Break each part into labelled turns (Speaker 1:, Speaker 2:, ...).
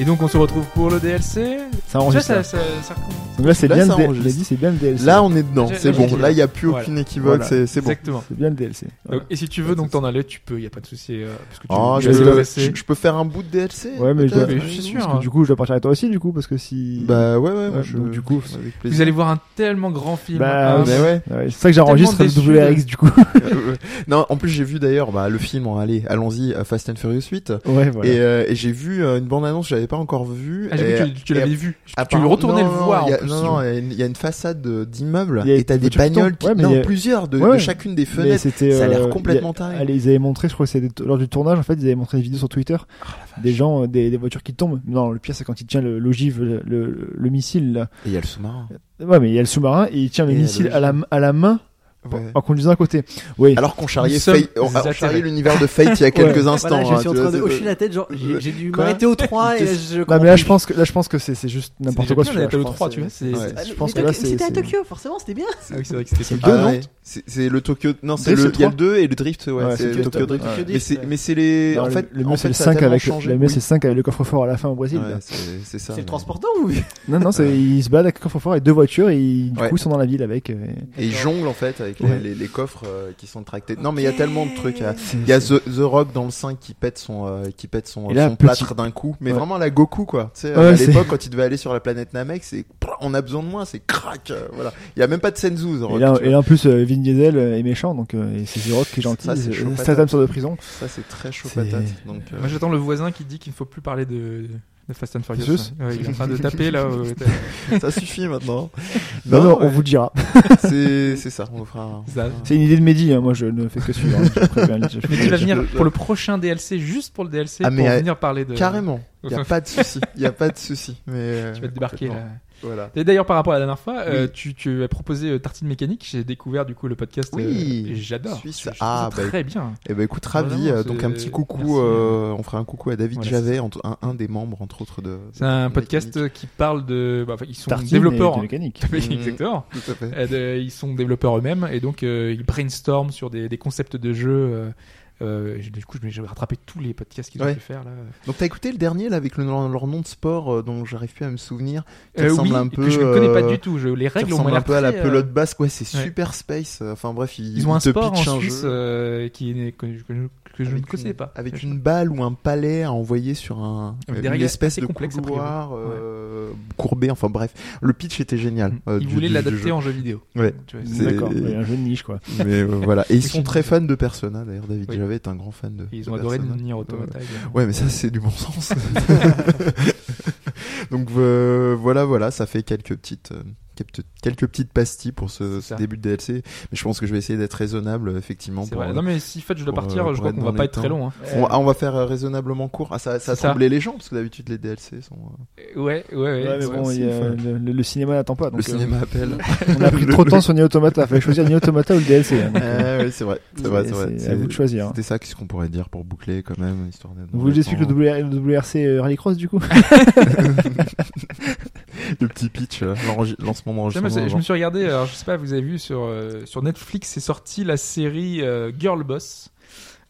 Speaker 1: Et donc on se retrouve pour le DLC.
Speaker 2: Ça
Speaker 1: Tu vois,
Speaker 2: enregistre.
Speaker 1: ça, ça, ça recommence.
Speaker 2: Donc là, c'est
Speaker 3: Là,
Speaker 2: bien,
Speaker 3: ça
Speaker 2: le D-
Speaker 3: enregistre.
Speaker 2: je l'ai dit, c'est bien le DLC.
Speaker 3: Là, on est dedans,
Speaker 1: J'ai-
Speaker 3: c'est
Speaker 1: j'ai-
Speaker 3: bon.
Speaker 1: j'ai-
Speaker 3: Là, il n'y a plus
Speaker 1: Voilà.
Speaker 3: aucune équivoque,
Speaker 2: Voilà.
Speaker 3: c'est c'est bon.
Speaker 1: Exactement.
Speaker 2: c'est bien le DLC. Voilà.
Speaker 1: Donc, et si tu veux donc t'en aller, tu peux, y a pas de souci. euh, parce que tu
Speaker 3: Oh,
Speaker 1: tu
Speaker 3: je,
Speaker 1: vas
Speaker 3: peux,
Speaker 1: progresser.
Speaker 3: je- je peux faire un bout de DLC
Speaker 2: Ouais, mais je
Speaker 3: peut-être
Speaker 2: dois-
Speaker 1: je suis sûr.
Speaker 2: Parce que du coup, je dois partir avec toi aussi, du coup, parce que si.
Speaker 3: Bah ouais, ouais, moi,
Speaker 2: Ouais,
Speaker 3: je-
Speaker 2: donc, du coup,
Speaker 3: avec
Speaker 1: Vous
Speaker 3: plaisir.
Speaker 1: allez voir un tellement grand film.
Speaker 2: Bah,
Speaker 1: Ah,
Speaker 3: Mais ouais.
Speaker 2: Ouais, c'est ça que j'enreregistre le
Speaker 1: Tellement déçu
Speaker 2: WRX, du coup.
Speaker 3: Euh, non, en plus j'ai vu d'ailleurs bah, le film, hein, allez, allons-y, euh, Fast and Furious 8.
Speaker 2: ouais, voilà.
Speaker 3: Et, euh, et j'ai vu euh, une bande-annonce que j'avais pas encore vue.
Speaker 1: Ah, j'ai
Speaker 3: et-
Speaker 1: vu que tu, tu
Speaker 3: et
Speaker 1: l'avais vu. Tu
Speaker 3: apparemment-
Speaker 1: retournais
Speaker 3: non,
Speaker 1: le
Speaker 3: non,
Speaker 1: voir.
Speaker 3: il y a-
Speaker 1: en plus,
Speaker 3: non,
Speaker 1: tu
Speaker 3: non,
Speaker 1: vois.
Speaker 3: il y a une- il y a une façade de- d'immeuble
Speaker 2: Il y a
Speaker 3: et t'as
Speaker 2: des
Speaker 3: des
Speaker 2: voitures qui
Speaker 3: bagnoles qui.
Speaker 2: tombent. Ouais, mais
Speaker 3: non,
Speaker 2: il y a-
Speaker 3: plusieurs de,
Speaker 2: Ouais,
Speaker 3: de
Speaker 2: ouais.
Speaker 3: chacune des
Speaker 2: Mais
Speaker 3: fenêtres.
Speaker 2: c'était.
Speaker 3: Ça a
Speaker 2: euh,
Speaker 3: l'air
Speaker 2: il
Speaker 3: complètement
Speaker 2: y a-
Speaker 3: taré.
Speaker 2: allez, ils avaient montré, je crois que c'était lors du tournage, en fait, ils avaient montré des vidéos sur
Speaker 1: Oh,
Speaker 2: Twitter. des gens, euh, des, des voitures qui tombent. Non, le pire, c'est quand il tient le- l'ogive, le, le, le missile, là.
Speaker 3: Et il y a le sous-marin.
Speaker 2: Ouais, mais il y a le sous-marin et il tient le
Speaker 3: Et
Speaker 2: missile
Speaker 3: l'ogive.
Speaker 2: à la, à la main en conduisant à côté. Oui.
Speaker 3: Alors qu'on charriait,
Speaker 1: Nous sommes
Speaker 3: Fate- on- on
Speaker 1: atterrés.
Speaker 3: charriait l'univers de Fate il y a quelques instants.
Speaker 4: Voilà,
Speaker 3: hein,
Speaker 4: je suis en
Speaker 3: tu
Speaker 4: train
Speaker 3: vois,
Speaker 4: de
Speaker 3: c'est-
Speaker 4: hocher la tête, genre j'ai j'ai dû
Speaker 3: Quoi
Speaker 4: m'arrêter au 3 et là, je.
Speaker 2: non, Bah, mais là, je pense que, là, je pense que c'est, c'est juste
Speaker 1: C'est
Speaker 2: n'importe quoi.
Speaker 1: déjà
Speaker 2: ce
Speaker 1: bien, on avait pas
Speaker 2: film-là, je
Speaker 1: le
Speaker 2: pense.
Speaker 1: 3, tu vois. c'est-
Speaker 3: Ouais.
Speaker 1: c'est-
Speaker 4: Ah,
Speaker 2: je
Speaker 4: mais
Speaker 2: pense que
Speaker 4: Tokyo-
Speaker 2: là, c'est-
Speaker 4: C'était à
Speaker 2: c'est-
Speaker 4: Tokyo, forcément, c'était bien.
Speaker 1: Ah oui, c'est vrai que c'était
Speaker 2: C'est
Speaker 1: cool.
Speaker 2: le deux,
Speaker 3: Ah
Speaker 2: non
Speaker 3: ouais, c'est c'est le Tokyo. Non, c'est
Speaker 2: Drift,
Speaker 3: le. Il y a
Speaker 2: je
Speaker 3: le 2 et le Drift, ouais.
Speaker 2: Ouais,
Speaker 3: c'est
Speaker 2: c'est
Speaker 3: le
Speaker 2: Drift,
Speaker 3: Tokyo
Speaker 2: ouais.
Speaker 3: Drift.
Speaker 2: Ouais.
Speaker 3: Mais c'est mais c'est les.
Speaker 2: Non,
Speaker 3: en
Speaker 2: le-
Speaker 3: fait,
Speaker 2: le
Speaker 3: en
Speaker 2: mieux, c'est
Speaker 3: fait,
Speaker 2: le
Speaker 3: ça a
Speaker 2: 5 avec,
Speaker 3: tellement changé.
Speaker 2: le mieux, c'est 5 avec le coffre-fort à la fin au Brésil.
Speaker 3: Ouais,
Speaker 2: là.
Speaker 3: c'est- c'est ça.
Speaker 4: C'est
Speaker 3: ouais.
Speaker 4: le transportant ou
Speaker 2: Non, non, c'est, ils se battent avec le coffre-fort et deux voitures et ils- du
Speaker 3: Ouais.
Speaker 2: coup, ils sont dans la ville avec. euh, et-
Speaker 3: Et ils jonglent en fait avec les-
Speaker 2: Ouais.
Speaker 3: les, les coffres euh, qui sont tractés. Non mais il y a tellement de trucs. à-
Speaker 2: c'est-
Speaker 3: Il y a The, The Rock dans le 5 qui pète son euh, qui pète son,
Speaker 2: Et là,
Speaker 3: son
Speaker 2: petit-
Speaker 3: plâtre d'un coup. Mais
Speaker 2: Ouais.
Speaker 3: vraiment la Goku quoi. Tu sais,
Speaker 2: Ouais,
Speaker 3: à
Speaker 2: c'est-
Speaker 3: l'époque quand il devait aller sur la planète Namek, c'est on a besoin de moins, c'est crac. euh, Voilà. Il y a même pas de Senzu. The
Speaker 2: Et
Speaker 3: Rock,
Speaker 2: là,
Speaker 3: tu
Speaker 2: et
Speaker 3: vois.
Speaker 2: là, en plus, euh, Vin Diesel euh, est méchant, donc euh, et c'est The Rock qui est gentil.
Speaker 3: Ça, c'est chaud
Speaker 2: euh,
Speaker 3: patate.
Speaker 2: Statham sort de prison.
Speaker 3: Ça c'est très chaud
Speaker 2: C'est-
Speaker 3: patate. Donc euh,
Speaker 1: Moi j'attends le voisin qui dit qu'il ne faut plus parler de, de Fast and Furious.
Speaker 2: Zeus
Speaker 1: Ouais, il est en train de taper là. au-
Speaker 3: ça suffit maintenant.
Speaker 2: Non, non, on
Speaker 3: ouais,
Speaker 2: vous le dira.
Speaker 3: c'est c'est ça. On vous fera. un-
Speaker 1: Ça.
Speaker 2: C'est une idée de Mehdi, hein, moi je ne fais que suivre. hein, je préviens, je-
Speaker 1: Mais tu vas venir
Speaker 3: Je-
Speaker 1: pour le prochain DLC, juste pour le DLC,
Speaker 3: Ah, mais,
Speaker 1: pour
Speaker 3: euh,
Speaker 1: venir parler de.
Speaker 3: Carrément. Il y a pas de souci. Il y a pas de souci. Mais euh,
Speaker 1: Tu vas te débarquer là.
Speaker 3: Voilà.
Speaker 1: Et d'ailleurs, par rapport à la dernière fois, euh, tu, tu as proposé euh, Tartine Mécanique. J'ai découvert du coup le podcast.
Speaker 3: Oui.
Speaker 1: euh, et j'adore.
Speaker 3: Suisse.
Speaker 1: Je- je trouve
Speaker 3: Ah,
Speaker 1: ça
Speaker 3: bah,
Speaker 1: très bien.
Speaker 3: Eh ben écoute, ravi.
Speaker 1: Vraiment,
Speaker 3: euh, donc
Speaker 1: c'est-
Speaker 3: un petit
Speaker 1: Merci.
Speaker 3: coucou, euh, on fera un coucou à David
Speaker 1: Voilà,
Speaker 3: Javet, entre- un, un des membres entre autres de.
Speaker 1: C'est un
Speaker 3: de
Speaker 1: podcast
Speaker 3: Mécanique.
Speaker 1: qui parle de. bah, enfin, ils sont
Speaker 2: Tartine
Speaker 1: développeurs.
Speaker 2: et de mécanique.
Speaker 3: mécanique. Mm.
Speaker 1: Exactement.
Speaker 3: Tout à fait.
Speaker 1: Euh, de- ils sont développeurs eux-mêmes et donc euh, ils brainstorment sur des, des concepts de jeux. euh, euh, j'ai- du coup, je- j'avais rattrapé tous les podcasts qu'ils ont
Speaker 3: Ouais.
Speaker 1: pu faire là.
Speaker 3: Donc t'as écouté le dernier là avec le- leur, leur nom de sport euh, dont j'arrive plus à me souvenir. Qui
Speaker 1: Euh,
Speaker 3: ressemble
Speaker 1: oui,
Speaker 3: un
Speaker 1: et
Speaker 3: peu,
Speaker 1: que je ne connais pas
Speaker 3: euh,
Speaker 1: du tout. Je, les
Speaker 3: Qui
Speaker 1: règles ont
Speaker 3: ressemble
Speaker 1: l'air
Speaker 3: un peu à la
Speaker 1: très, euh,
Speaker 3: pelote basque. Ouais, c'est
Speaker 1: ouais.
Speaker 3: super space. Enfin bref, ils,
Speaker 1: Ils ont un
Speaker 3: te
Speaker 1: sport en
Speaker 3: pitchent un
Speaker 1: Suisse
Speaker 3: jeu
Speaker 1: euh, qui est- que, je- que je- que je ne
Speaker 3: avec
Speaker 1: connaissais
Speaker 3: une-
Speaker 1: pas.
Speaker 3: Avec
Speaker 1: Je-
Speaker 3: une balle ou un palais à envoyer sur un
Speaker 1: Avec des
Speaker 3: une
Speaker 1: règles
Speaker 3: espèce
Speaker 1: assez
Speaker 3: de
Speaker 1: complexes, a priori.
Speaker 3: couloir euh, courbé. Enfin bref, le pitch était génial. euh,
Speaker 1: Mm. ils
Speaker 3: du-
Speaker 1: voulaient
Speaker 3: du- du
Speaker 1: l'adapter
Speaker 3: jeu.
Speaker 1: en jeu vidéo.
Speaker 3: Ouais.
Speaker 1: Tu vois,
Speaker 3: C'est-
Speaker 2: D'accord, ouais, un jeu de niche quoi.
Speaker 3: Mais euh, voilà, et ils sont
Speaker 1: Effectivement.
Speaker 3: très fans de Persona. D'ailleurs, David
Speaker 1: Oui.
Speaker 3: Javet est un grand fan de.
Speaker 1: Ils
Speaker 3: de
Speaker 1: ont adoré
Speaker 3: Persona.
Speaker 1: Nier Automata. également.
Speaker 3: Ouais, mais ça, c'est du bon sens. Donc euh, voilà, voilà, ça fait quelques petites, euh, quelques, quelques petites pastilles pour ce,
Speaker 1: C'est
Speaker 3: ce
Speaker 1: ça.
Speaker 3: début de DLC. Mais je pense que je vais essayer d'être raisonnable, euh, effectivement.
Speaker 1: C'est
Speaker 3: pour,
Speaker 1: vrai.
Speaker 3: euh,
Speaker 1: Non mais si fait je dois
Speaker 3: pour, euh,
Speaker 1: partir, je
Speaker 3: pour
Speaker 1: crois
Speaker 3: être
Speaker 1: qu'on
Speaker 3: dans
Speaker 1: va pas
Speaker 3: les
Speaker 1: être très
Speaker 3: temps.
Speaker 1: long. hein.
Speaker 3: on, ah, on va faire euh, raisonnablement court. Ah, ça, ça a
Speaker 1: C'est ça.
Speaker 3: tremblé les gens parce que d'habitude les DLC sont. euh,
Speaker 1: Ouais, ouais, ouais.
Speaker 2: Ouais, mais
Speaker 1: Ouais,
Speaker 2: bon,
Speaker 1: c'est
Speaker 2: il y a-
Speaker 1: fun.
Speaker 2: le, le- le cinéma n'attend pas.
Speaker 3: le
Speaker 2: Donc, euh,
Speaker 3: cinéma appelle.
Speaker 2: on a pris
Speaker 3: Le-
Speaker 2: trop de temps
Speaker 3: le-
Speaker 2: sur Nier Automata. Fallait choisir Nier Automata ou le DLC. hein, donc, euh,
Speaker 3: Ah, oui, c'est vrai, c'est vrai, c'est vrai.
Speaker 2: à vous de choisir. hein.
Speaker 3: C'était ça qu'est-ce qu'on pourrait dire pour boucler quand même, histoire d'être dans
Speaker 2: Vous voulez
Speaker 3: le
Speaker 2: expliquer
Speaker 3: temps.
Speaker 2: le, WR, le WRC euh, Rallycross du coup
Speaker 3: le petit pitch, euh, l'enregi-
Speaker 1: Tiens,
Speaker 3: lancement
Speaker 1: moi,
Speaker 3: d'enregistrement.
Speaker 1: c'est- je me suis regardé, alors je sais pas, vous avez vu sur, euh, sur Netflix, c'est sorti la série euh, Girl Boss,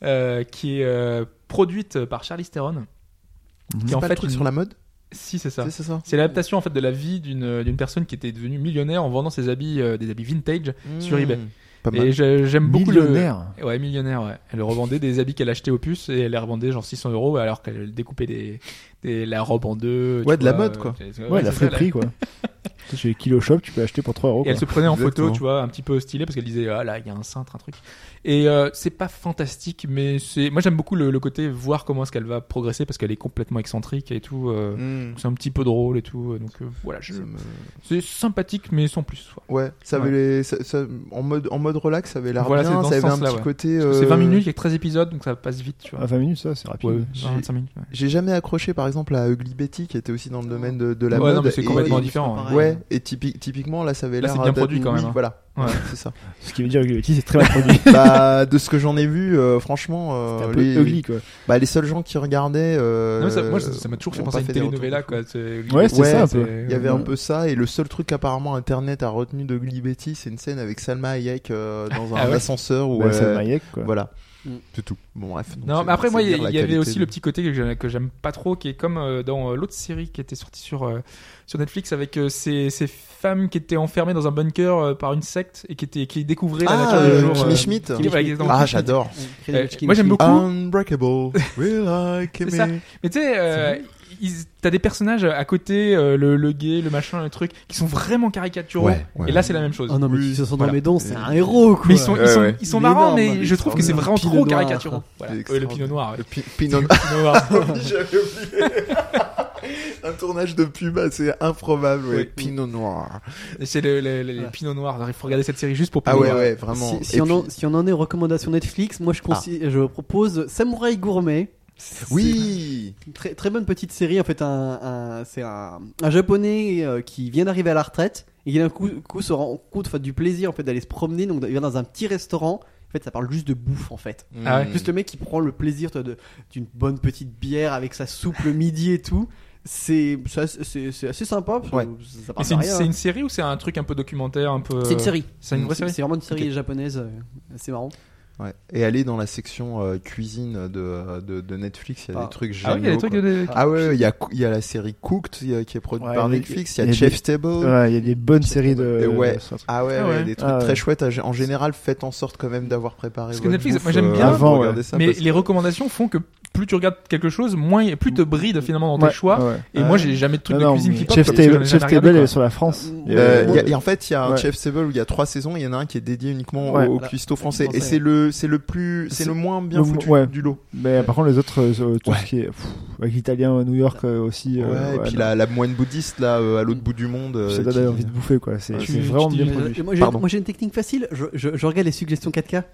Speaker 1: euh, qui est euh, produite par Charlize Theron.
Speaker 2: Mhm.
Speaker 1: Qui
Speaker 3: C'est
Speaker 1: est en
Speaker 3: pas
Speaker 1: fait
Speaker 3: le truc
Speaker 1: une-
Speaker 3: sur la mode
Speaker 1: Si, c'est ça.
Speaker 3: C'est c'est ça
Speaker 1: C'est l'adaptation en fait de la vie d'une d'une personne qui était devenue millionnaire en vendant ses habits, euh, des habits vintage. sur eBay.
Speaker 3: Hmm, Pas mal.
Speaker 1: Et je- j'aime beaucoup le. Euh,
Speaker 2: Millionnaire.
Speaker 1: Ouais, millionnaire, ouais. Elle revendait des habits qu'elle achetait aux puces et elle les revendait genre 600 euros alors qu'elle découpait des, des- la robe en deux. tu
Speaker 3: Ouais, de la
Speaker 1: vois,
Speaker 3: mode, quoi.
Speaker 1: euh,
Speaker 2: Ouais,
Speaker 1: c'est ça,
Speaker 2: la friperie quoi. Tu sais, Chez Kilo Shop, tu peux acheter pour 3 euros.
Speaker 1: Et elle
Speaker 2: quoi.
Speaker 1: se prenait en photo,
Speaker 3: Exactement.
Speaker 1: tu vois, un petit peu stylé parce qu'elle disait ah là il y a un cintre, un truc. Et euh, c'est pas fantastique, mais c'est moi j'aime beaucoup le, le côté voir comment est-ce qu'elle va progresser parce qu'elle est complètement excentrique et tout. euh,
Speaker 3: Mm.
Speaker 1: C'est un petit peu drôle et tout, euh, donc euh, voilà, je-
Speaker 3: Ça me-
Speaker 1: c'est sympathique mais sans plus. quoi.
Speaker 3: Ouais, ça avait les- ça- ça- en mode en mode relax, ça avait l'air
Speaker 1: Voilà, c'est
Speaker 3: bien,
Speaker 1: dans ce
Speaker 3: ça avait un
Speaker 1: sens-là,
Speaker 3: petit
Speaker 1: ouais.
Speaker 3: côté.
Speaker 1: Parce que C'est
Speaker 3: euh,
Speaker 1: 20 minutes, il y a que 13 épisodes, donc ça passe vite, tu vois.
Speaker 2: À 20 Ah, minutes, ça, c'est rapide.
Speaker 1: Ouais, ouais,
Speaker 3: j'ai-
Speaker 1: 25 minutes. ouais.
Speaker 3: J'ai jamais accroché par exemple à Ugly Betty qui était aussi dans le domaine de, de la
Speaker 1: Ouais,
Speaker 3: mode.
Speaker 1: non, mais c'est
Speaker 3: et-
Speaker 1: complètement
Speaker 3: et-
Speaker 1: différent. hein.
Speaker 4: pareil.
Speaker 3: Ouais, et typi- typiquement là, ça avait
Speaker 1: Là,
Speaker 3: l'air.
Speaker 1: c'est bien
Speaker 3: d'être-
Speaker 1: produit, quand
Speaker 3: oui,
Speaker 1: même, hein.
Speaker 3: Voilà,
Speaker 1: Ouais.
Speaker 3: Ouais, c'est ça.
Speaker 2: Ce qui veut dire que le c'est très mal produit.
Speaker 3: bah, de ce que j'en ai vu, euh, franchement,
Speaker 2: C'est
Speaker 3: euh,
Speaker 2: un peu
Speaker 3: les,
Speaker 2: ugly quoi.
Speaker 3: bah, les seuls gens qui regardaient. euh,
Speaker 1: Non, mais ça- moi, ça ça m'a toujours fait
Speaker 3: ont
Speaker 1: penser
Speaker 3: pas
Speaker 1: à une
Speaker 3: fait des retours de
Speaker 1: telenovela,
Speaker 3: fou.
Speaker 1: quoi. c'est-
Speaker 2: Ouais, c'est
Speaker 3: Ouais,
Speaker 2: ça un
Speaker 1: c'est-
Speaker 2: peu.
Speaker 3: Il y avait un
Speaker 2: Ouais.
Speaker 3: peu ça et le seul truc apparemment internet a retenu de Ugly Betty, c'est une scène avec Salma Hayek euh, dans un
Speaker 1: Ah ouais.
Speaker 3: ascenseur où
Speaker 2: Bah,
Speaker 3: euh,
Speaker 2: C'est Maïek quoi.
Speaker 3: voilà.
Speaker 4: Mm.
Speaker 3: C'est tout. Bon, bref. donc
Speaker 1: Non,
Speaker 3: c'est-
Speaker 1: mais après,
Speaker 3: c'est
Speaker 1: moi, il y,
Speaker 3: dire la
Speaker 1: il y avait
Speaker 3: qualité
Speaker 1: aussi
Speaker 3: de-
Speaker 1: le petit côté que j'aime, que j'aime pas trop, qui est comme euh, dans euh, l'autre série qui était sortie sur, euh, sur Netflix avec euh, ces, ces femmes qui étaient enfermées dans un bunker euh, par une secte et qui, étaient, qui découvraient la
Speaker 3: Ah,
Speaker 1: nature du
Speaker 3: euh,
Speaker 1: jour.
Speaker 3: Kimmy
Speaker 1: euh,
Speaker 3: Schmidt.
Speaker 1: qui- voilà, exactement.
Speaker 3: Ah, j'adore.
Speaker 1: Euh, moi, j'aime beaucoup.
Speaker 3: Unbreakable. We like
Speaker 1: C'est ça.
Speaker 3: me.
Speaker 1: Mais tu sais, euh, ils- t'as des personnages à côté, euh, le, le gay, le machin, le truc, qui sont vraiment caricaturaux.
Speaker 3: Ouais, ouais.
Speaker 1: Et là, c'est la même chose.
Speaker 4: Oh non, mais
Speaker 3: Oui,
Speaker 4: tu se sens dans
Speaker 1: voilà.
Speaker 4: mes dons, c'est un héros quoi.
Speaker 1: mais ils sont, ils
Speaker 3: Ouais,
Speaker 1: sont,
Speaker 3: ouais.
Speaker 1: ils sont
Speaker 4: Il est
Speaker 1: marrants,
Speaker 4: énorme,
Speaker 1: mais
Speaker 4: hein,
Speaker 1: je trouve que c'est vraiment
Speaker 4: extraordinaire.
Speaker 1: trop
Speaker 4: Pinot noir.
Speaker 1: caricaturaux. Voilà.
Speaker 3: Il est
Speaker 1: Ouais, le pinot noir. ouais.
Speaker 3: Le pi- Pinot
Speaker 1: Pinot noir.
Speaker 3: J'avais oublié. Un tournage de pub assez improbable, ouais.
Speaker 1: Oui.
Speaker 3: Pinot Noir.
Speaker 1: Et C'est le, le- le- les
Speaker 4: Voilà.
Speaker 1: pinots noirs. Il faut regarder cette série juste pour
Speaker 3: Ah
Speaker 1: Pinot
Speaker 3: ouais,
Speaker 1: noir.
Speaker 3: ouais, vraiment.
Speaker 4: Si, si
Speaker 3: Et
Speaker 4: on en,
Speaker 3: puis-
Speaker 4: si on en est recommandation Netflix, moi je, consi- je propose Samouraï Gourmet.
Speaker 3: Oui
Speaker 4: Une Très, très bonne petite série. En fait, un, un- c'est un, un japonais euh, qui vient d'arriver à la retraite et qui d'un coup, coup se rend compte enfin, du plaisir en fait, d'aller se promener. Donc, il vient dans un petit restaurant. En fait, ça parle juste de bouffe en fait.
Speaker 1: Ah
Speaker 3: Hmm.
Speaker 1: ouais.
Speaker 4: Juste le mec qui prend le plaisir toi, de- d'une bonne petite bière avec sa soupe le midi et tout. C'est ça- c'est- c'est assez sympa. parce que
Speaker 3: Ouais.
Speaker 4: Ça
Speaker 1: Mais
Speaker 4: parle
Speaker 1: c'est
Speaker 4: de
Speaker 1: une,
Speaker 4: rien.
Speaker 1: c'est une série ou c'est un truc un peu documentaire, un peu.
Speaker 4: C'est une série.
Speaker 1: Ah, C'est une vraie
Speaker 4: C'est
Speaker 1: série.
Speaker 4: c'est vraiment une série japonaise. euh, C'est marrant.
Speaker 3: Ouais. Et aller dans la section euh, cuisine de, de, de Netflix, il y a
Speaker 4: Ah.
Speaker 3: des trucs
Speaker 1: Ah
Speaker 3: géniaux.
Speaker 1: oui, il y a des trucs
Speaker 3: quoi.
Speaker 1: de.
Speaker 3: Ah ouais, ouais, il y a, cou- il y a la série Cooked il y a- qui est produite
Speaker 2: Ouais,
Speaker 3: par
Speaker 2: il y a-
Speaker 3: Netflix,
Speaker 2: il y
Speaker 3: il y
Speaker 2: a
Speaker 3: a
Speaker 2: des-
Speaker 3: Chef's Table.
Speaker 2: Ouais, il y a des bonnes séries de.
Speaker 3: Ouais.
Speaker 2: de- de-
Speaker 3: Ah ouais,
Speaker 1: Ah
Speaker 3: il y
Speaker 1: ouais.
Speaker 3: a des trucs
Speaker 2: Ah ouais.
Speaker 3: très chouettes. à gé- En général, faites en sorte quand même d'avoir préparé.
Speaker 1: Parce que
Speaker 3: votre
Speaker 1: Netflix,
Speaker 3: bouffe,
Speaker 1: moi, j'aime
Speaker 3: euh,
Speaker 1: bien.
Speaker 3: avant de
Speaker 2: Avant,
Speaker 3: regarder
Speaker 2: ouais.
Speaker 3: ça,
Speaker 1: Mais
Speaker 3: parce que-
Speaker 1: les recommandations font que plus tu regardes quelque chose, moins il y a- plus te bride finalement dans
Speaker 2: Ouais.
Speaker 1: tes choix.
Speaker 2: Ouais.
Speaker 1: Et moi, j'ai jamais de truc
Speaker 2: Non,
Speaker 1: de
Speaker 2: non,
Speaker 1: cuisine qui pop.
Speaker 2: Chef
Speaker 1: parce que j'en ai
Speaker 2: Table,
Speaker 1: jamais
Speaker 2: Chef
Speaker 1: regardé,
Speaker 2: Table, elle
Speaker 1: quoi.
Speaker 2: est sur la France.
Speaker 4: Euh,
Speaker 2: Et,
Speaker 3: Euh,
Speaker 2: euh,
Speaker 3: il y a- et en fait, il y a un
Speaker 2: Ouais.
Speaker 3: Chef's Table où il y a trois saisons, il y en a un qui est dédié uniquement
Speaker 2: Ouais.
Speaker 3: au
Speaker 4: Voilà.
Speaker 3: cuistot français.
Speaker 4: Français,
Speaker 3: Et c'est
Speaker 4: ouais.
Speaker 3: le, c'est le plus, c'est
Speaker 2: C'est-
Speaker 3: le moins bien
Speaker 2: le-
Speaker 3: foutu
Speaker 2: ouais.
Speaker 3: du lot.
Speaker 2: Mais par contre, les autres, euh, tout
Speaker 3: Ouais.
Speaker 2: ce qui est. pff, avec l'italien à New York euh, aussi.
Speaker 3: Ouais,
Speaker 2: euh,
Speaker 3: et puis
Speaker 2: non.
Speaker 3: la, la moine bouddhiste là, euh, à l'autre bout du monde. euh,
Speaker 2: Ça donne
Speaker 3: qui-
Speaker 2: envie de bouffer, quoi. C'est
Speaker 3: Ouais.
Speaker 2: c'est
Speaker 1: Tu-
Speaker 2: vraiment
Speaker 1: tu
Speaker 2: bien
Speaker 1: dis-
Speaker 2: produit.
Speaker 4: Euh, moi, j'ai-
Speaker 3: Pardon.
Speaker 4: moi, j'ai une technique facile, je, je- je regarde les suggestions 4K.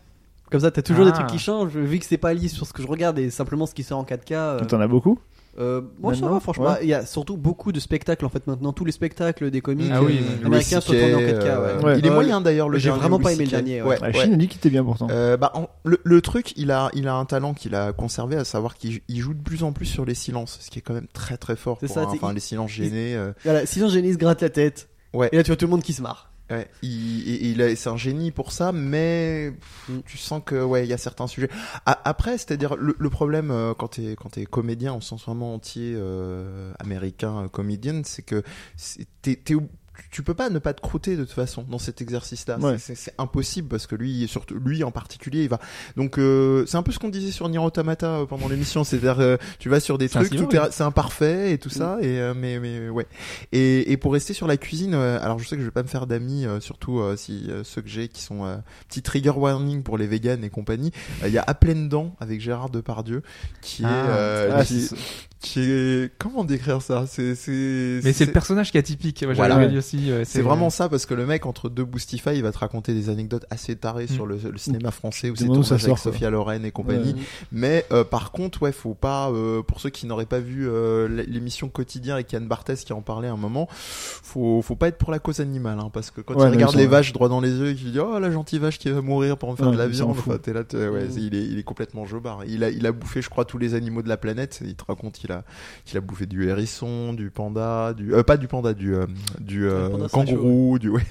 Speaker 4: Comme ça, t'as toujours des
Speaker 1: Ah.
Speaker 4: trucs qui changent, vu que c'est pas lié sur ce que je regarde et simplement ce qui sort en 4K. euh,
Speaker 2: T'en as beaucoup
Speaker 4: euh, moi, ça
Speaker 2: Maintenant,
Speaker 4: va, franchement.
Speaker 2: ouais.
Speaker 4: Il y a surtout beaucoup de spectacles en fait maintenant. Tous les spectacles des comiques
Speaker 1: Ah oui,
Speaker 4: euh,
Speaker 1: oui.
Speaker 4: américains
Speaker 3: Louis
Speaker 4: sont tournés en
Speaker 3: CK,
Speaker 4: 4K.
Speaker 3: euh,
Speaker 4: ouais.
Speaker 2: ouais.
Speaker 3: Il est
Speaker 4: Euh,
Speaker 3: moyen d'ailleurs le
Speaker 4: j'ai
Speaker 3: dernier
Speaker 4: vraiment
Speaker 3: Louis
Speaker 4: pas aimé le
Speaker 3: CK.
Speaker 4: dernier, ouais.
Speaker 2: Ah, La Chine hein. a dit qu'il était bien pourtant.
Speaker 3: Euh, bah, en- le, le truc, il a, il a un talent qu'il a conservé, à savoir qu'il il joue de plus en plus sur les silences, ce qui est quand même très très fort.
Speaker 4: C'est
Speaker 3: pour
Speaker 4: ça,
Speaker 3: un-
Speaker 4: c'est-
Speaker 3: enfin, les silences gênés. euh,
Speaker 4: Voilà, sinon Génie se gratte la tête.
Speaker 3: Ouais.
Speaker 4: Et là, tu vois tout le monde qui se marre.
Speaker 3: ouais, il, il- il a- c'est un génie pour ça, mais pff,
Speaker 4: Mm.
Speaker 3: tu sens que ouais, il y a certains sujets. A- après, c'est-à-dire le, le problème euh, quand t'es quand t'es comédien au sens vraiment entier euh, américain euh, comédien, c'est que c'est- t'es t'es ob- tu peux pas ne pas te croûter de toute façon dans cet exercice-là.
Speaker 2: Ouais.
Speaker 3: C'est- C'est c'est impossible parce que lui, surtout lui en particulier, il va. Donc euh, c'est un peu ce qu'on disait sur Nier Automata euh, pendant l'émission, c'est-à-dire euh, tu vas sur des
Speaker 1: C'est un
Speaker 3: trucs,
Speaker 1: silo,
Speaker 3: tout est- c'est imparfait et tout ça. Et euh, mais mais ouais. Et, et pour rester sur la cuisine, euh, alors je sais que je vais pas me faire d'amis, euh, surtout euh, si euh, ceux que j'ai qui sont euh, petit trigger warning pour les véganes et compagnie. Euh, Il y a à pleines dents avec Gérard Depardieu qui est
Speaker 1: Ah.
Speaker 3: euh,
Speaker 2: Ah,
Speaker 3: qui,
Speaker 2: c'est-
Speaker 3: qui est comment décrire ça C'est c'est
Speaker 1: Mais c'est le personnage qui est atypique. Moi,
Speaker 3: Voilà.
Speaker 1: j'avais dit aussi, euh,
Speaker 3: c'est vraiment ça parce que le mec entre deux Boostify il va te raconter des anecdotes assez
Speaker 2: Mm.
Speaker 3: tarées sur le, le cinéma français où c'est
Speaker 2: Demande où
Speaker 3: tourné
Speaker 2: ça
Speaker 3: avec
Speaker 2: sort, quoi.
Speaker 3: Sophia Loren et compagnie.
Speaker 4: Ouais.
Speaker 3: Mais euh, par contre ouais faut pas euh, pour ceux qui n'auraient pas vu euh, l- l'émission quotidien avec Yann Barthès qui en parlait à un moment, faut faut pas être pour la cause animale hein, parce que quand
Speaker 2: Ouais,
Speaker 3: il
Speaker 2: non,
Speaker 3: regarde
Speaker 2: ils sont-
Speaker 3: les vaches droit dans les yeux et qu'il dit oh la gentille vache qui va mourir pour me faire
Speaker 2: Ouais,
Speaker 3: de la
Speaker 2: ils s'en
Speaker 3: viande,
Speaker 2: foutent.
Speaker 3: enfin, t'es là t'es- ouais
Speaker 4: Mm.
Speaker 3: c'est- il est il est complètement jobard. Il a il a bouffé je crois tous les animaux de la planète. Il te raconte qu'il a qu'il a bouffé du hérisson, du panda, du euh, pas du panda du euh,
Speaker 1: Ah,
Speaker 3: du euh,
Speaker 4: panda, c'est
Speaker 3: kangourou, du ouais.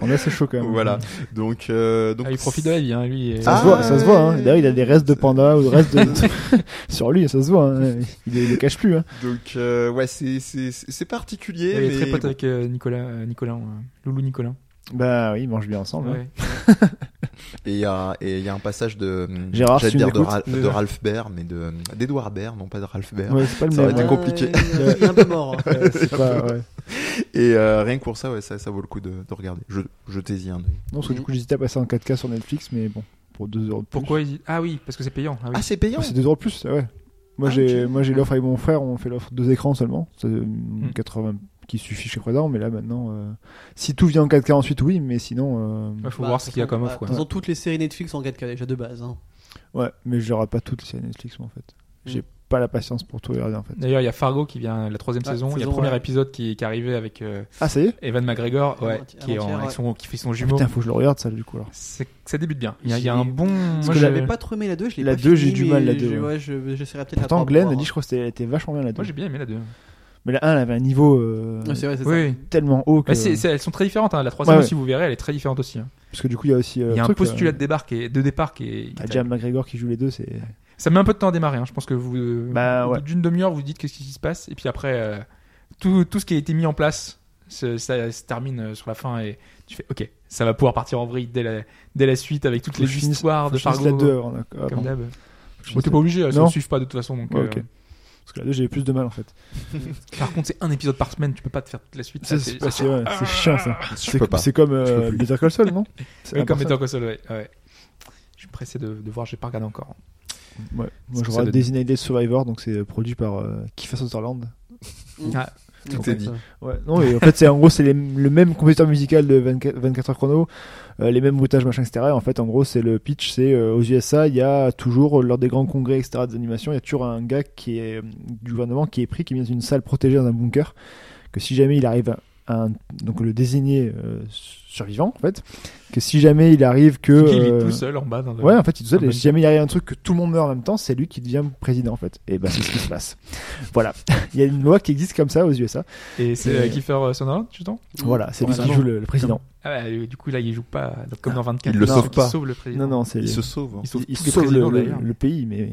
Speaker 2: On est assez chaud quand même.
Speaker 3: Voilà. Donc, euh, donc
Speaker 1: Ah, il profite de la vie, hein, lui. et-
Speaker 2: Ça
Speaker 3: Ah,
Speaker 2: se voit, ça se voit. Hein. D'ailleurs, il a des restes de panda ou des restes de. sur lui, ça se voit. hein. Il ne le cache plus. Hein.
Speaker 3: donc euh, ouais, c'est c'est c'est particulier.
Speaker 1: Il est
Speaker 3: Eh, mais
Speaker 1: très pote
Speaker 3: bon.
Speaker 1: avec euh, Nicolas, euh, Nicolas, euh, Loulou Nicolas.
Speaker 2: Bah oui, ils mangent bien ensemble. hein.
Speaker 1: Ouais.
Speaker 3: Et il y a et il y a un passage de hum,
Speaker 2: Gérard,
Speaker 3: j'allais
Speaker 2: si tu
Speaker 3: dire de,
Speaker 2: m'écoutes.
Speaker 3: Ra- de Ralph Baer, mais de hum, d'Edouard Baer, non pas de Ralph Baer.
Speaker 2: Ouais, c'est pas le
Speaker 3: Ça aurait
Speaker 2: même.
Speaker 3: été
Speaker 2: hein.
Speaker 3: compliqué.
Speaker 4: Ouais, Il est un peu mort. hein.
Speaker 2: Ouais, c'est pas, ouais.
Speaker 3: Et euh, rien que pour ça, ouais, ça ça vaut le coup de, de regarder. Je jetez-y un œil.
Speaker 2: Non, parce que du coup, j'hésitais à passer en 4K sur Netflix, mais bon, pour 2 euros de plus.
Speaker 1: Pourquoi il dit Ah oui, parce que c'est payant. Ah oui.
Speaker 3: Ah c'est payant.
Speaker 2: Ah, C'est 2 euros de plus, ouais. Moi,
Speaker 3: Ah,
Speaker 2: j'ai,
Speaker 3: ok.
Speaker 2: moi, j'ai l'offre avec mon frère, on fait l'offre deux écrans seulement, c'est, euh, 80 qui suffit chez Présent, mais là maintenant, euh, si tout vient en 4K ensuite, oui, mais sinon, euh,
Speaker 1: Ouais, faut
Speaker 4: Bah,
Speaker 1: voir ce qu'il y a comme offre.
Speaker 4: De
Speaker 1: quoi.
Speaker 4: toute façon, toutes les séries Netflix sont en 4K déjà de base. hein.
Speaker 2: ouais, Hmm. mais je n'aurai pas toutes les séries Netflix, moi, en fait. J'ai
Speaker 4: Mm.
Speaker 2: pas la patience pour tout regarder, en fait.
Speaker 1: D'ailleurs, il y a Fargo qui vient la troisième
Speaker 4: Ah,
Speaker 1: saison. Il y a le
Speaker 4: saison,
Speaker 1: premier
Speaker 4: ouais.
Speaker 1: épisode qui, qui est arrivé avec euh,
Speaker 2: Ah, ça y est
Speaker 1: Evan McGregor, ouais,
Speaker 4: Avant-hier,
Speaker 1: qui, est en-
Speaker 4: avant-hier,
Speaker 1: avec
Speaker 4: ouais.
Speaker 1: son- qui fait son jumeau.
Speaker 2: Oh, Ah, Putain, faut que je le regarde, ça, du coup, alors.
Speaker 1: C'est- ça débute bien. Il y a, il y a
Speaker 4: J'ai-
Speaker 1: un bon.
Speaker 4: Parce
Speaker 1: Moi,
Speaker 4: que
Speaker 1: je-
Speaker 4: j'avais pas trouvé la 2, je l'ai
Speaker 2: La
Speaker 4: pas
Speaker 2: 2,
Speaker 4: fini,
Speaker 2: j'ai du mal,
Speaker 4: mais
Speaker 2: la 2,
Speaker 4: je-
Speaker 2: ouais.
Speaker 4: ouais, je- j'essaierai peut-être la
Speaker 2: Pourtant,
Speaker 4: trois
Speaker 2: Glenn
Speaker 4: pour
Speaker 2: a dit,
Speaker 4: voir.
Speaker 2: je crois que c'était- elle était vachement bien
Speaker 1: moi,
Speaker 2: là-dedans.
Speaker 1: j'ai bien aimé la 2.
Speaker 2: Mais la 1, elle avait un niveau euh,
Speaker 4: Ah, c'est vrai, c'est ça.
Speaker 1: Oui.
Speaker 2: tellement haut que.
Speaker 1: Bah, c'est- c'est- elles sont très différentes. hein. La troisième
Speaker 2: Ouais,
Speaker 1: aussi, vous verrez, elle est très différente aussi. hein.
Speaker 2: Parce que du coup, il y a aussi. euh,
Speaker 1: Il y a un
Speaker 2: truc,
Speaker 1: postulat
Speaker 2: euh,
Speaker 1: de, débarque et, de départ qui est.
Speaker 2: T'as déjà McGregor qui joue les deux, c'est.
Speaker 1: Ça met un peu de temps à démarrer. hein. Je pense que vous. euh,
Speaker 2: Bah,
Speaker 1: au bout
Speaker 2: ouais.
Speaker 1: D'une demi-heure, vous dites qu'est-ce qui se passe. Et puis après, euh, tout, tout ce qui a été mis en place, se- ça se termine euh, sur la fin. Et tu fais OK, ça va pouvoir partir en vrille dès la, dès la suite avec toutes
Speaker 2: Faut
Speaker 1: les
Speaker 2: que je finisse-
Speaker 1: histoires
Speaker 2: Faut
Speaker 1: de
Speaker 2: que je fasse
Speaker 1: Fargo.
Speaker 2: la 2 avant. là. Ah,
Speaker 1: Comme
Speaker 2: bon.
Speaker 1: d'hab.
Speaker 2: Faut que
Speaker 1: Bon,
Speaker 2: je fasse
Speaker 1: t'es
Speaker 2: la-
Speaker 1: pas obligé, ça
Speaker 2: Non.
Speaker 1: ne suit pas de toute façon. Donc,
Speaker 2: Ouais,
Speaker 1: euh,
Speaker 2: ok. Parce que la 2, j'avais plus de mal en fait.
Speaker 1: Par contre, c'est un épisode par semaine, tu peux pas te faire toute la suite. Ah,
Speaker 2: Ça,
Speaker 1: ça,
Speaker 2: c'est
Speaker 1: ça,
Speaker 2: pas- c'est ouais, c'est chiant ça.
Speaker 3: Je peux
Speaker 2: C'est
Speaker 3: pas.
Speaker 2: c'est comme
Speaker 3: Je peux
Speaker 2: euh,
Speaker 3: plus.
Speaker 2: Better Call Saul, non C'est
Speaker 1: Oui,
Speaker 2: à
Speaker 1: comme
Speaker 2: part
Speaker 1: Better Call Saul, ouais, ouais. Je suis pressé de, de voir, j'ai pas regardé encore.
Speaker 2: ça. Ouais. Moi,
Speaker 1: que
Speaker 2: je
Speaker 1: ça
Speaker 2: regarde
Speaker 1: donne.
Speaker 2: Designated Survivor, donc c'est produit par euh, Kiefer Sutherland.
Speaker 1: Ah,
Speaker 3: Tout est dit.
Speaker 2: Ouais, non, et en fait, c'est en gros, c'est les- le même compositeur musical de 24, 24 heures chrono, euh, les mêmes routages, machin, etc. Et en fait, en gros, c'est le pitch, c'est euh, aux USA, il y a toujours, euh, lors des grands congrès, etc., des animations, il y a toujours un gars qui est, euh, du gouvernement qui est pris, qui vient d'une salle protégée dans un bunker, que si jamais il arrive à un- donc le désigné euh, survivant, en fait, que si jamais il arrive que.
Speaker 1: Qui, il est
Speaker 2: euh,
Speaker 1: tout seul en bas dans le.
Speaker 2: Ouais, en fait, il est tout seul,
Speaker 1: Un
Speaker 2: et
Speaker 1: bon
Speaker 2: si jamais il arrive un truc que tout le monde meurt en même temps, c'est lui qui devient président, en fait. Et ben, c'est ce qui se passe. Voilà. Il y a une loi qui existe comme ça aux USA.
Speaker 1: Et c'est euh, Kiefer euh, Sutherland, tu t'en
Speaker 2: Voilà, c'est lui qui
Speaker 1: Voilà.
Speaker 2: joue le- le président.
Speaker 1: Ah bah, euh, du coup, là, il joue pas donc,
Speaker 2: Ah,
Speaker 1: comme dans 24.
Speaker 3: Il le
Speaker 1: non,
Speaker 3: sauve pas.
Speaker 1: sauve le président.
Speaker 2: Non, non, c'est.
Speaker 3: Il se sauve. hein.
Speaker 1: Il sauve
Speaker 2: il
Speaker 1: tous les
Speaker 2: sauve le,
Speaker 1: présidents,
Speaker 2: le-
Speaker 1: d'ailleurs.
Speaker 2: le pays, mais. euh,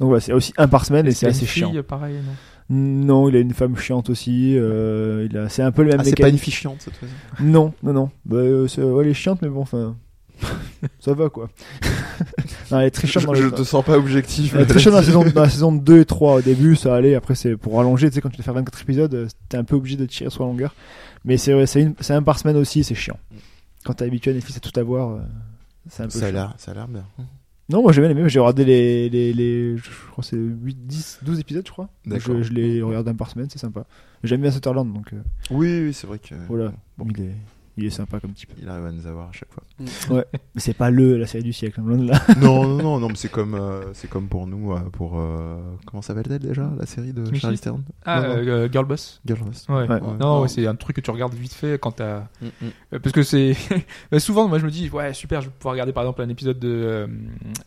Speaker 2: Donc voilà, c'est aussi un par semaine et
Speaker 1: Est-ce
Speaker 2: c'est
Speaker 1: qu'il y a une
Speaker 2: assez chiant.
Speaker 1: fille, euh, pareil, non
Speaker 2: Non, il a une femme chiante aussi. euh, il a... C'est un peu le même
Speaker 3: Ah, c'est
Speaker 2: mécanisme.
Speaker 3: pas une fille chiante cette fois-ci.
Speaker 2: Non, non, non. Bah, euh, c'est- ouais, elle est chiante, mais bon, enfin. ça va quoi. non, elle est très chiante dans
Speaker 3: Je,
Speaker 2: les-
Speaker 3: je te sens pas objectif.
Speaker 2: Elle est très chiante dans la, saison, dans la saison 2 et 3 au début, ça allait. Après, c'est pour rallonger. Tu sais, quand tu dois faire 24 épisodes, euh, t'es un peu obligé de tirer sur la longueur. Mais c'est ouais, c'est une- c'est un par semaine aussi, c'est chiant.
Speaker 1: Mm.
Speaker 2: Quand t'es habitué à Netflix à tout avoir, euh, c'est un peu
Speaker 3: Ça a
Speaker 2: chiant.
Speaker 3: l'air, ça a l'air bien.
Speaker 2: Non, moi j'ai bien aimé, j'ai regardé les, les, les- je crois que c'est 8, 10, 12 épisodes, je crois. Donc, euh,
Speaker 3: D'accord.
Speaker 2: Je, je les regarde un par semaine, c'est sympa. J'aime bien Sutherland, donc euh,
Speaker 3: Oui, oui, c'est vrai que.
Speaker 2: voilà. Bon, il est, il est sympa comme type.
Speaker 3: Il arrive à nous avoir à chaque fois.
Speaker 2: Mais c'est pas le, la série du siècle, loin de là.
Speaker 3: non, non, non, non, mais c'est comme, euh, c'est comme pour nous, euh, pour euh, comment s'appelle-t-elle déjà la série de
Speaker 1: Mickey
Speaker 3: Charlie Stern,
Speaker 1: Ah,
Speaker 3: Non, non.
Speaker 1: euh, Girl Boss.
Speaker 3: Girl Boss.
Speaker 1: Ouais.
Speaker 2: Ouais.
Speaker 1: Non,
Speaker 3: Non.
Speaker 1: ouais, c'est un truc que tu regardes vite fait quand t'as.
Speaker 3: Mm, mm.
Speaker 1: Euh, Parce que c'est bah, souvent, moi je me dis, ouais, super, je vais pouvoir regarder par exemple un épisode de, euh,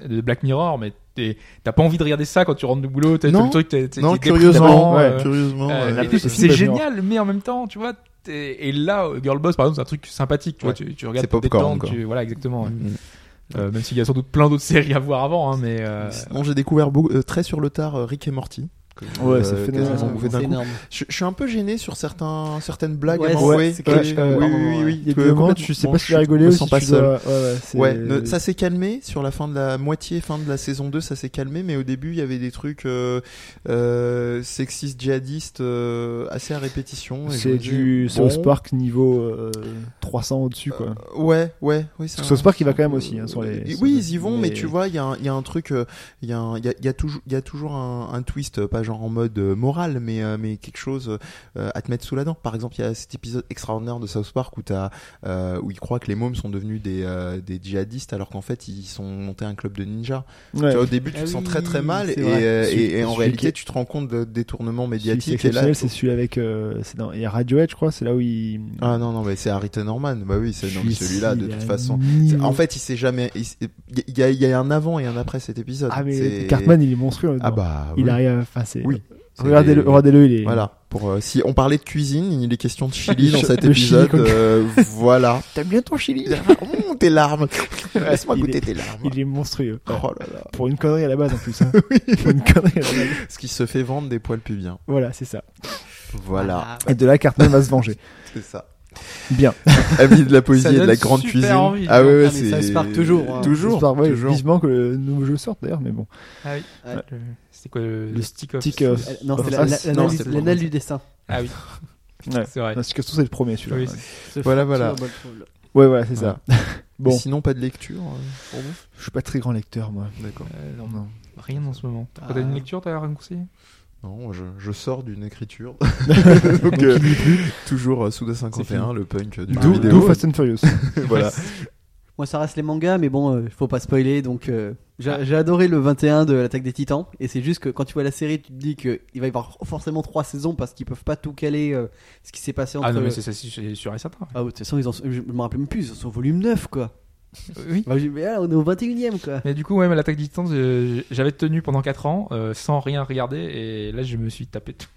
Speaker 1: de Black Mirror, mais t'es- t'as pas envie de regarder ça quand tu rentres du boulot, t'as
Speaker 3: Non.
Speaker 1: t'as le truc, t'es- t'es-
Speaker 3: Non,
Speaker 1: t'es déprimé
Speaker 3: curieusement,
Speaker 1: d'avant,
Speaker 2: ouais,
Speaker 1: euh,
Speaker 3: curieusement,
Speaker 1: euh,
Speaker 2: la
Speaker 3: euh,
Speaker 1: et-
Speaker 2: plus,
Speaker 1: c'est
Speaker 2: c'est Black Mirror.
Speaker 1: génial, mais en même temps, tu vois, t'es- et là, euh, Girl Boss par exemple, c'est un truc sympathique, tu vois,
Speaker 3: Ouais.
Speaker 1: tu, tu regardes,
Speaker 3: C'est
Speaker 1: pour te
Speaker 3: popcorn,
Speaker 1: détendre,
Speaker 3: quoi.
Speaker 1: tu- voilà, exactement. ouais.
Speaker 3: Mm.
Speaker 1: Euh, même s'il y a sans doute plein d'autres séries à voir avant, hein, mais euh,
Speaker 3: Sinon, j'ai découvert beaucoup, euh, très sur le tard euh, Rick et Morty. que j'ai,
Speaker 2: Ouais, c'est phénoménal.
Speaker 3: quasiment
Speaker 2: Ouais,
Speaker 3: bouffé d'un
Speaker 4: C'est
Speaker 3: coup.
Speaker 4: énorme.
Speaker 3: Je, je suis un peu gêné sur certains, certaines blagues.
Speaker 4: Ouais,
Speaker 3: à
Speaker 4: c'est-
Speaker 3: m'envoyer.
Speaker 4: c'est
Speaker 3: Ouais,
Speaker 4: quelque
Speaker 3: euh,
Speaker 4: chose-
Speaker 3: oui, oui, oui, oui.
Speaker 2: Il y a
Speaker 3: Que
Speaker 2: des moments,
Speaker 3: complètement,
Speaker 2: tu sais
Speaker 3: bon,
Speaker 2: pas si tu
Speaker 3: je
Speaker 2: as rigolé
Speaker 3: me
Speaker 2: ou
Speaker 3: sens
Speaker 2: si
Speaker 3: pas
Speaker 2: tu
Speaker 3: seul.
Speaker 2: dois... Ouais, ouais, c'est-
Speaker 3: Ouais, ne- ça s'est calmé sur la fin de la moitié, fin de la saison 2, ça s'est calmé, mais au début il y avait des trucs euh, euh, sexistes, djihadistes, euh, assez à répétition. et je me
Speaker 2: C'est
Speaker 3: dis,
Speaker 2: du
Speaker 3: bon,
Speaker 2: South Park niveau euh, 300 au-dessus, quoi.
Speaker 3: euh, ouais, ouais, oui. c'est
Speaker 2: Parce que
Speaker 3: un-
Speaker 2: South Park, il va quand même aussi, hein, sur les-
Speaker 3: Et-
Speaker 2: sur
Speaker 3: oui,
Speaker 2: les-
Speaker 3: ils y vont, mais,
Speaker 2: les-
Speaker 3: tu vois, il y, a un- il y a un truc, euh, il y, a un- il y a, il y a toujours, il y a toujours un, un twist, euh, pas genre en mode euh, moral, mais, euh, mais quelque chose euh, à te mettre sous la dent. Par exemple, il y a cet épisode extraordinaire de South Park où, as, où ils croient que les mômes sont devenus des, euh, des djihadistes alors qu'en fait ils sont montés un club de ninja.
Speaker 2: Ouais.
Speaker 3: Euh, Tu vois, au début, tu
Speaker 4: Ah
Speaker 3: te sens
Speaker 4: oui,
Speaker 3: très très mal
Speaker 4: c'est
Speaker 3: et,
Speaker 4: vrai.
Speaker 3: euh,
Speaker 2: Celui-
Speaker 3: et- et en
Speaker 2: celui
Speaker 3: réalité,
Speaker 2: qui-
Speaker 3: tu te rends compte de détournement
Speaker 2: Celui qui est
Speaker 3: médiatique et là.
Speaker 2: exceptionnel, c'est celui avec... euh, c'est dans- Il y a Radiohead, je crois, c'est là où il...
Speaker 3: Ah non non mais c'est Harrington Norman. Bah oui, c'est non, mais celui-là de toute façon.
Speaker 2: Mm.
Speaker 3: C'est- En fait, il s'est jamais. il s- Il y, a- il y a un avant et un après cet épisode.
Speaker 2: Ah mais
Speaker 3: C'est-
Speaker 2: Cartman il est monstrueux.
Speaker 3: Ah
Speaker 2: dedans.
Speaker 3: bah.
Speaker 2: Il
Speaker 3: oui.
Speaker 2: arrive. à- Enfin c'est.
Speaker 3: Oui.
Speaker 2: Regardez-le,
Speaker 3: C'est-
Speaker 2: regardez-le, il est.
Speaker 3: Voilà. Pour euh, si on parlait de cuisine, il est question de Chili dans cet
Speaker 2: Le Chili,
Speaker 3: épisode.
Speaker 2: quoi.
Speaker 3: euh, voilà.
Speaker 2: T'aimes bien ton Chili
Speaker 3: Hum, tes larmes. Laisse-moi
Speaker 2: Il
Speaker 3: goûter
Speaker 2: est-
Speaker 3: tes larmes.
Speaker 2: Il est monstrueux.
Speaker 3: Oh là là.
Speaker 2: Pour une connerie à la base en plus. Hein. Pour une connerie à la base.
Speaker 3: Ce qui se fait vendre des poils pubiens.
Speaker 2: Voilà, c'est ça.
Speaker 3: Voilà.
Speaker 4: Ah,
Speaker 2: Et de là, Cartman va se venger.
Speaker 3: C'est ça.
Speaker 2: Bien.
Speaker 3: Avis de la poésie
Speaker 1: Ça
Speaker 3: et de la
Speaker 1: donne
Speaker 3: grande
Speaker 1: super
Speaker 3: cuisine.
Speaker 1: envie.
Speaker 3: ah ouais, ouais,
Speaker 4: Ah, mais
Speaker 3: c'est
Speaker 4: ça se parle toujours, hein.
Speaker 3: Toujours.
Speaker 2: J'espère, ouais,
Speaker 3: toujours.
Speaker 2: Vivement que le nouveau jeu sorte d'ailleurs, mais bon.
Speaker 1: ah oui.
Speaker 4: Ouais.
Speaker 1: Ouais. Le- C'était quoi le,
Speaker 2: Le
Speaker 1: stick off
Speaker 2: stick off.
Speaker 4: Euh, Non, c'est
Speaker 2: Ah,
Speaker 4: la- la-
Speaker 2: c'est-
Speaker 3: non,
Speaker 4: l'analyse
Speaker 3: c'est le
Speaker 4: l'analyse du dessin.
Speaker 1: Ah oui,
Speaker 2: Ouais.
Speaker 1: c'est vrai.
Speaker 2: Parce que surtout, c'est le premier celui-là.
Speaker 1: Oui,
Speaker 2: ouais.
Speaker 1: c'est-
Speaker 3: Voilà, voilà.
Speaker 2: Ouais, voilà, c'est ça.
Speaker 3: Bon.
Speaker 2: Bon.
Speaker 3: Sinon, pas de lecture euh, pour vous
Speaker 2: Je suis pas très grand lecteur, moi.
Speaker 3: D'accord.
Speaker 1: euh, non,
Speaker 2: Non.
Speaker 1: rien en ce moment. T'as
Speaker 4: Ah.
Speaker 1: t'as une lecture, t'as rien conseillé
Speaker 3: Non, moi, je, je sors d'une écriture.
Speaker 2: Donc,
Speaker 3: Donc, euh,
Speaker 2: il lit plus.
Speaker 3: toujours euh, Souda
Speaker 1: C'est
Speaker 3: 51, le punk euh, du jeu
Speaker 2: D'où
Speaker 3: vidéo.
Speaker 2: d'où Fast and Furious.
Speaker 3: voilà.
Speaker 4: Moi, ça reste les mangas, mais bon, euh, faut pas spoiler. Donc, euh,
Speaker 1: Ah.
Speaker 4: j'ai j'ai adoré le 21 de l'attaque des Titans, et c'est juste que quand tu vois la série, tu te dis qu'il va y avoir forcément trois saisons parce qu'ils peuvent pas tout caler euh, ce qui s'est passé entre.
Speaker 1: Ah non, mais c'est ça, c'est sûr et certain.
Speaker 4: Ah, de toute façon, ils en sont- je me rappelle même plus, ils en sont au volume 9, quoi.
Speaker 1: Oui.
Speaker 4: Bah, j'ai- mais là, on est au 21 e quoi.
Speaker 1: Mais du coup, ouais, mais l'attaque des titans, euh, j'avais tenu pendant 4 ans euh, sans rien regarder et là je me suis tapé tout.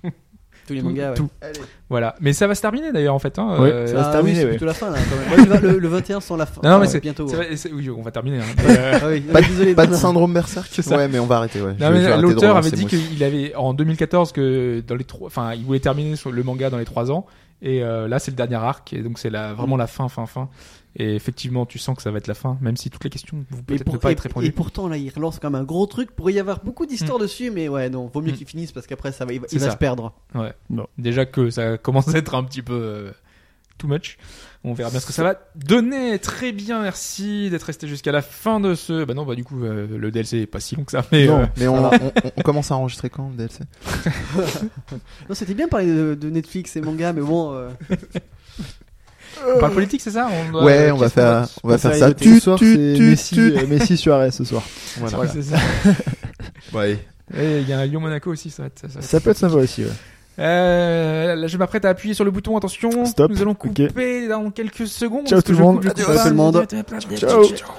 Speaker 4: Tous les
Speaker 1: Tout-
Speaker 4: mangas, ouais.
Speaker 1: tout.
Speaker 3: Allez.
Speaker 1: Voilà. Mais ça va se terminer d'ailleurs en fait. hein,
Speaker 2: Ouais,
Speaker 1: euh,
Speaker 2: ça va se
Speaker 4: Ah
Speaker 2: terminer,
Speaker 4: oui, c'est
Speaker 2: ouais.
Speaker 4: plutôt la fin là. Quand même. Ouais, tu vois, le, le 21 sans la fin.
Speaker 1: Non, non, mais
Speaker 4: Enfin,
Speaker 1: c'est Bah,
Speaker 4: bientôt.
Speaker 1: ça
Speaker 4: ouais.
Speaker 1: va- c'est- oui, on va terminer. hein.
Speaker 4: Ah oui,
Speaker 3: Pas-
Speaker 4: ouais, désolé.
Speaker 3: Pas de
Speaker 4: non, non.
Speaker 3: syndrome berserk
Speaker 1: ça.
Speaker 3: Ouais, mais on va arrêter. Ouais. Je
Speaker 1: Non,
Speaker 3: vais- je vais
Speaker 1: mais
Speaker 3: arrêter de
Speaker 1: l'auteur
Speaker 3: relancer,
Speaker 1: avait dit
Speaker 3: moi aussi.
Speaker 1: qu'il avait en 2014 que dans les trois, enfin, il voulait terminer sur le manga dans les trois ans, et euh, là c'est le dernier arc, et donc c'est la, vraiment la fin, fin, fin. Et effectivement, tu sens que ça va être la fin, même si toutes les questions vous
Speaker 4: Mais
Speaker 1: peut-être
Speaker 4: pour-
Speaker 1: ne pas
Speaker 4: et,
Speaker 1: être
Speaker 4: et
Speaker 1: répondues.
Speaker 4: pourtant là, il relance quand même un gros truc. Pourrait y avoir beaucoup d'histoires dessus, mais ouais, non, vaut mieux
Speaker 1: Mm.
Speaker 4: qu'il finisse parce qu'après ça va, il va,
Speaker 1: C'est
Speaker 4: il va
Speaker 1: ça.
Speaker 4: se perdre.
Speaker 1: Déjà que ça commence à être un petit peu euh, too much. On verra bien ce que ça va donner. Très bien, merci d'être resté jusqu'à la fin de ce. Bah non, bah du coup, euh, le DLC est pas si long que ça, mais.
Speaker 3: Non,
Speaker 1: euh,
Speaker 3: mais on, on- on- on commence à enregistrer quand le DLC
Speaker 4: Non, c'était bien de parler de, de Netflix et manga, mais bon, euh,
Speaker 1: euh, On parle politique, c'est ça On doit- euh,
Speaker 3: Ouais, on va
Speaker 1: qu'est-ce qu'on
Speaker 3: faire, on va faire ça.
Speaker 2: Tu, tu, soir, c'est Messi, euh, Messi Suarez ce soir.
Speaker 3: Voilà.
Speaker 1: Voilà. C'est ça.
Speaker 3: Ouais.
Speaker 1: Et il y a un Lyon-Monaco aussi, ça va être- ça va être-
Speaker 2: Ça peut être sympa aussi. ouais.
Speaker 1: Euh, là, je m'apprête à appuyer sur le bouton. Attention,
Speaker 2: Stop.
Speaker 1: nous allons
Speaker 2: Ok.
Speaker 1: couper dans quelques secondes.
Speaker 2: Ciao
Speaker 1: parce
Speaker 2: tout
Speaker 1: que
Speaker 2: le
Speaker 1: je
Speaker 2: monde.
Speaker 1: coupe, je coupe
Speaker 4: Adieu,
Speaker 1: pas.
Speaker 4: tout le monde.
Speaker 1: Ciao.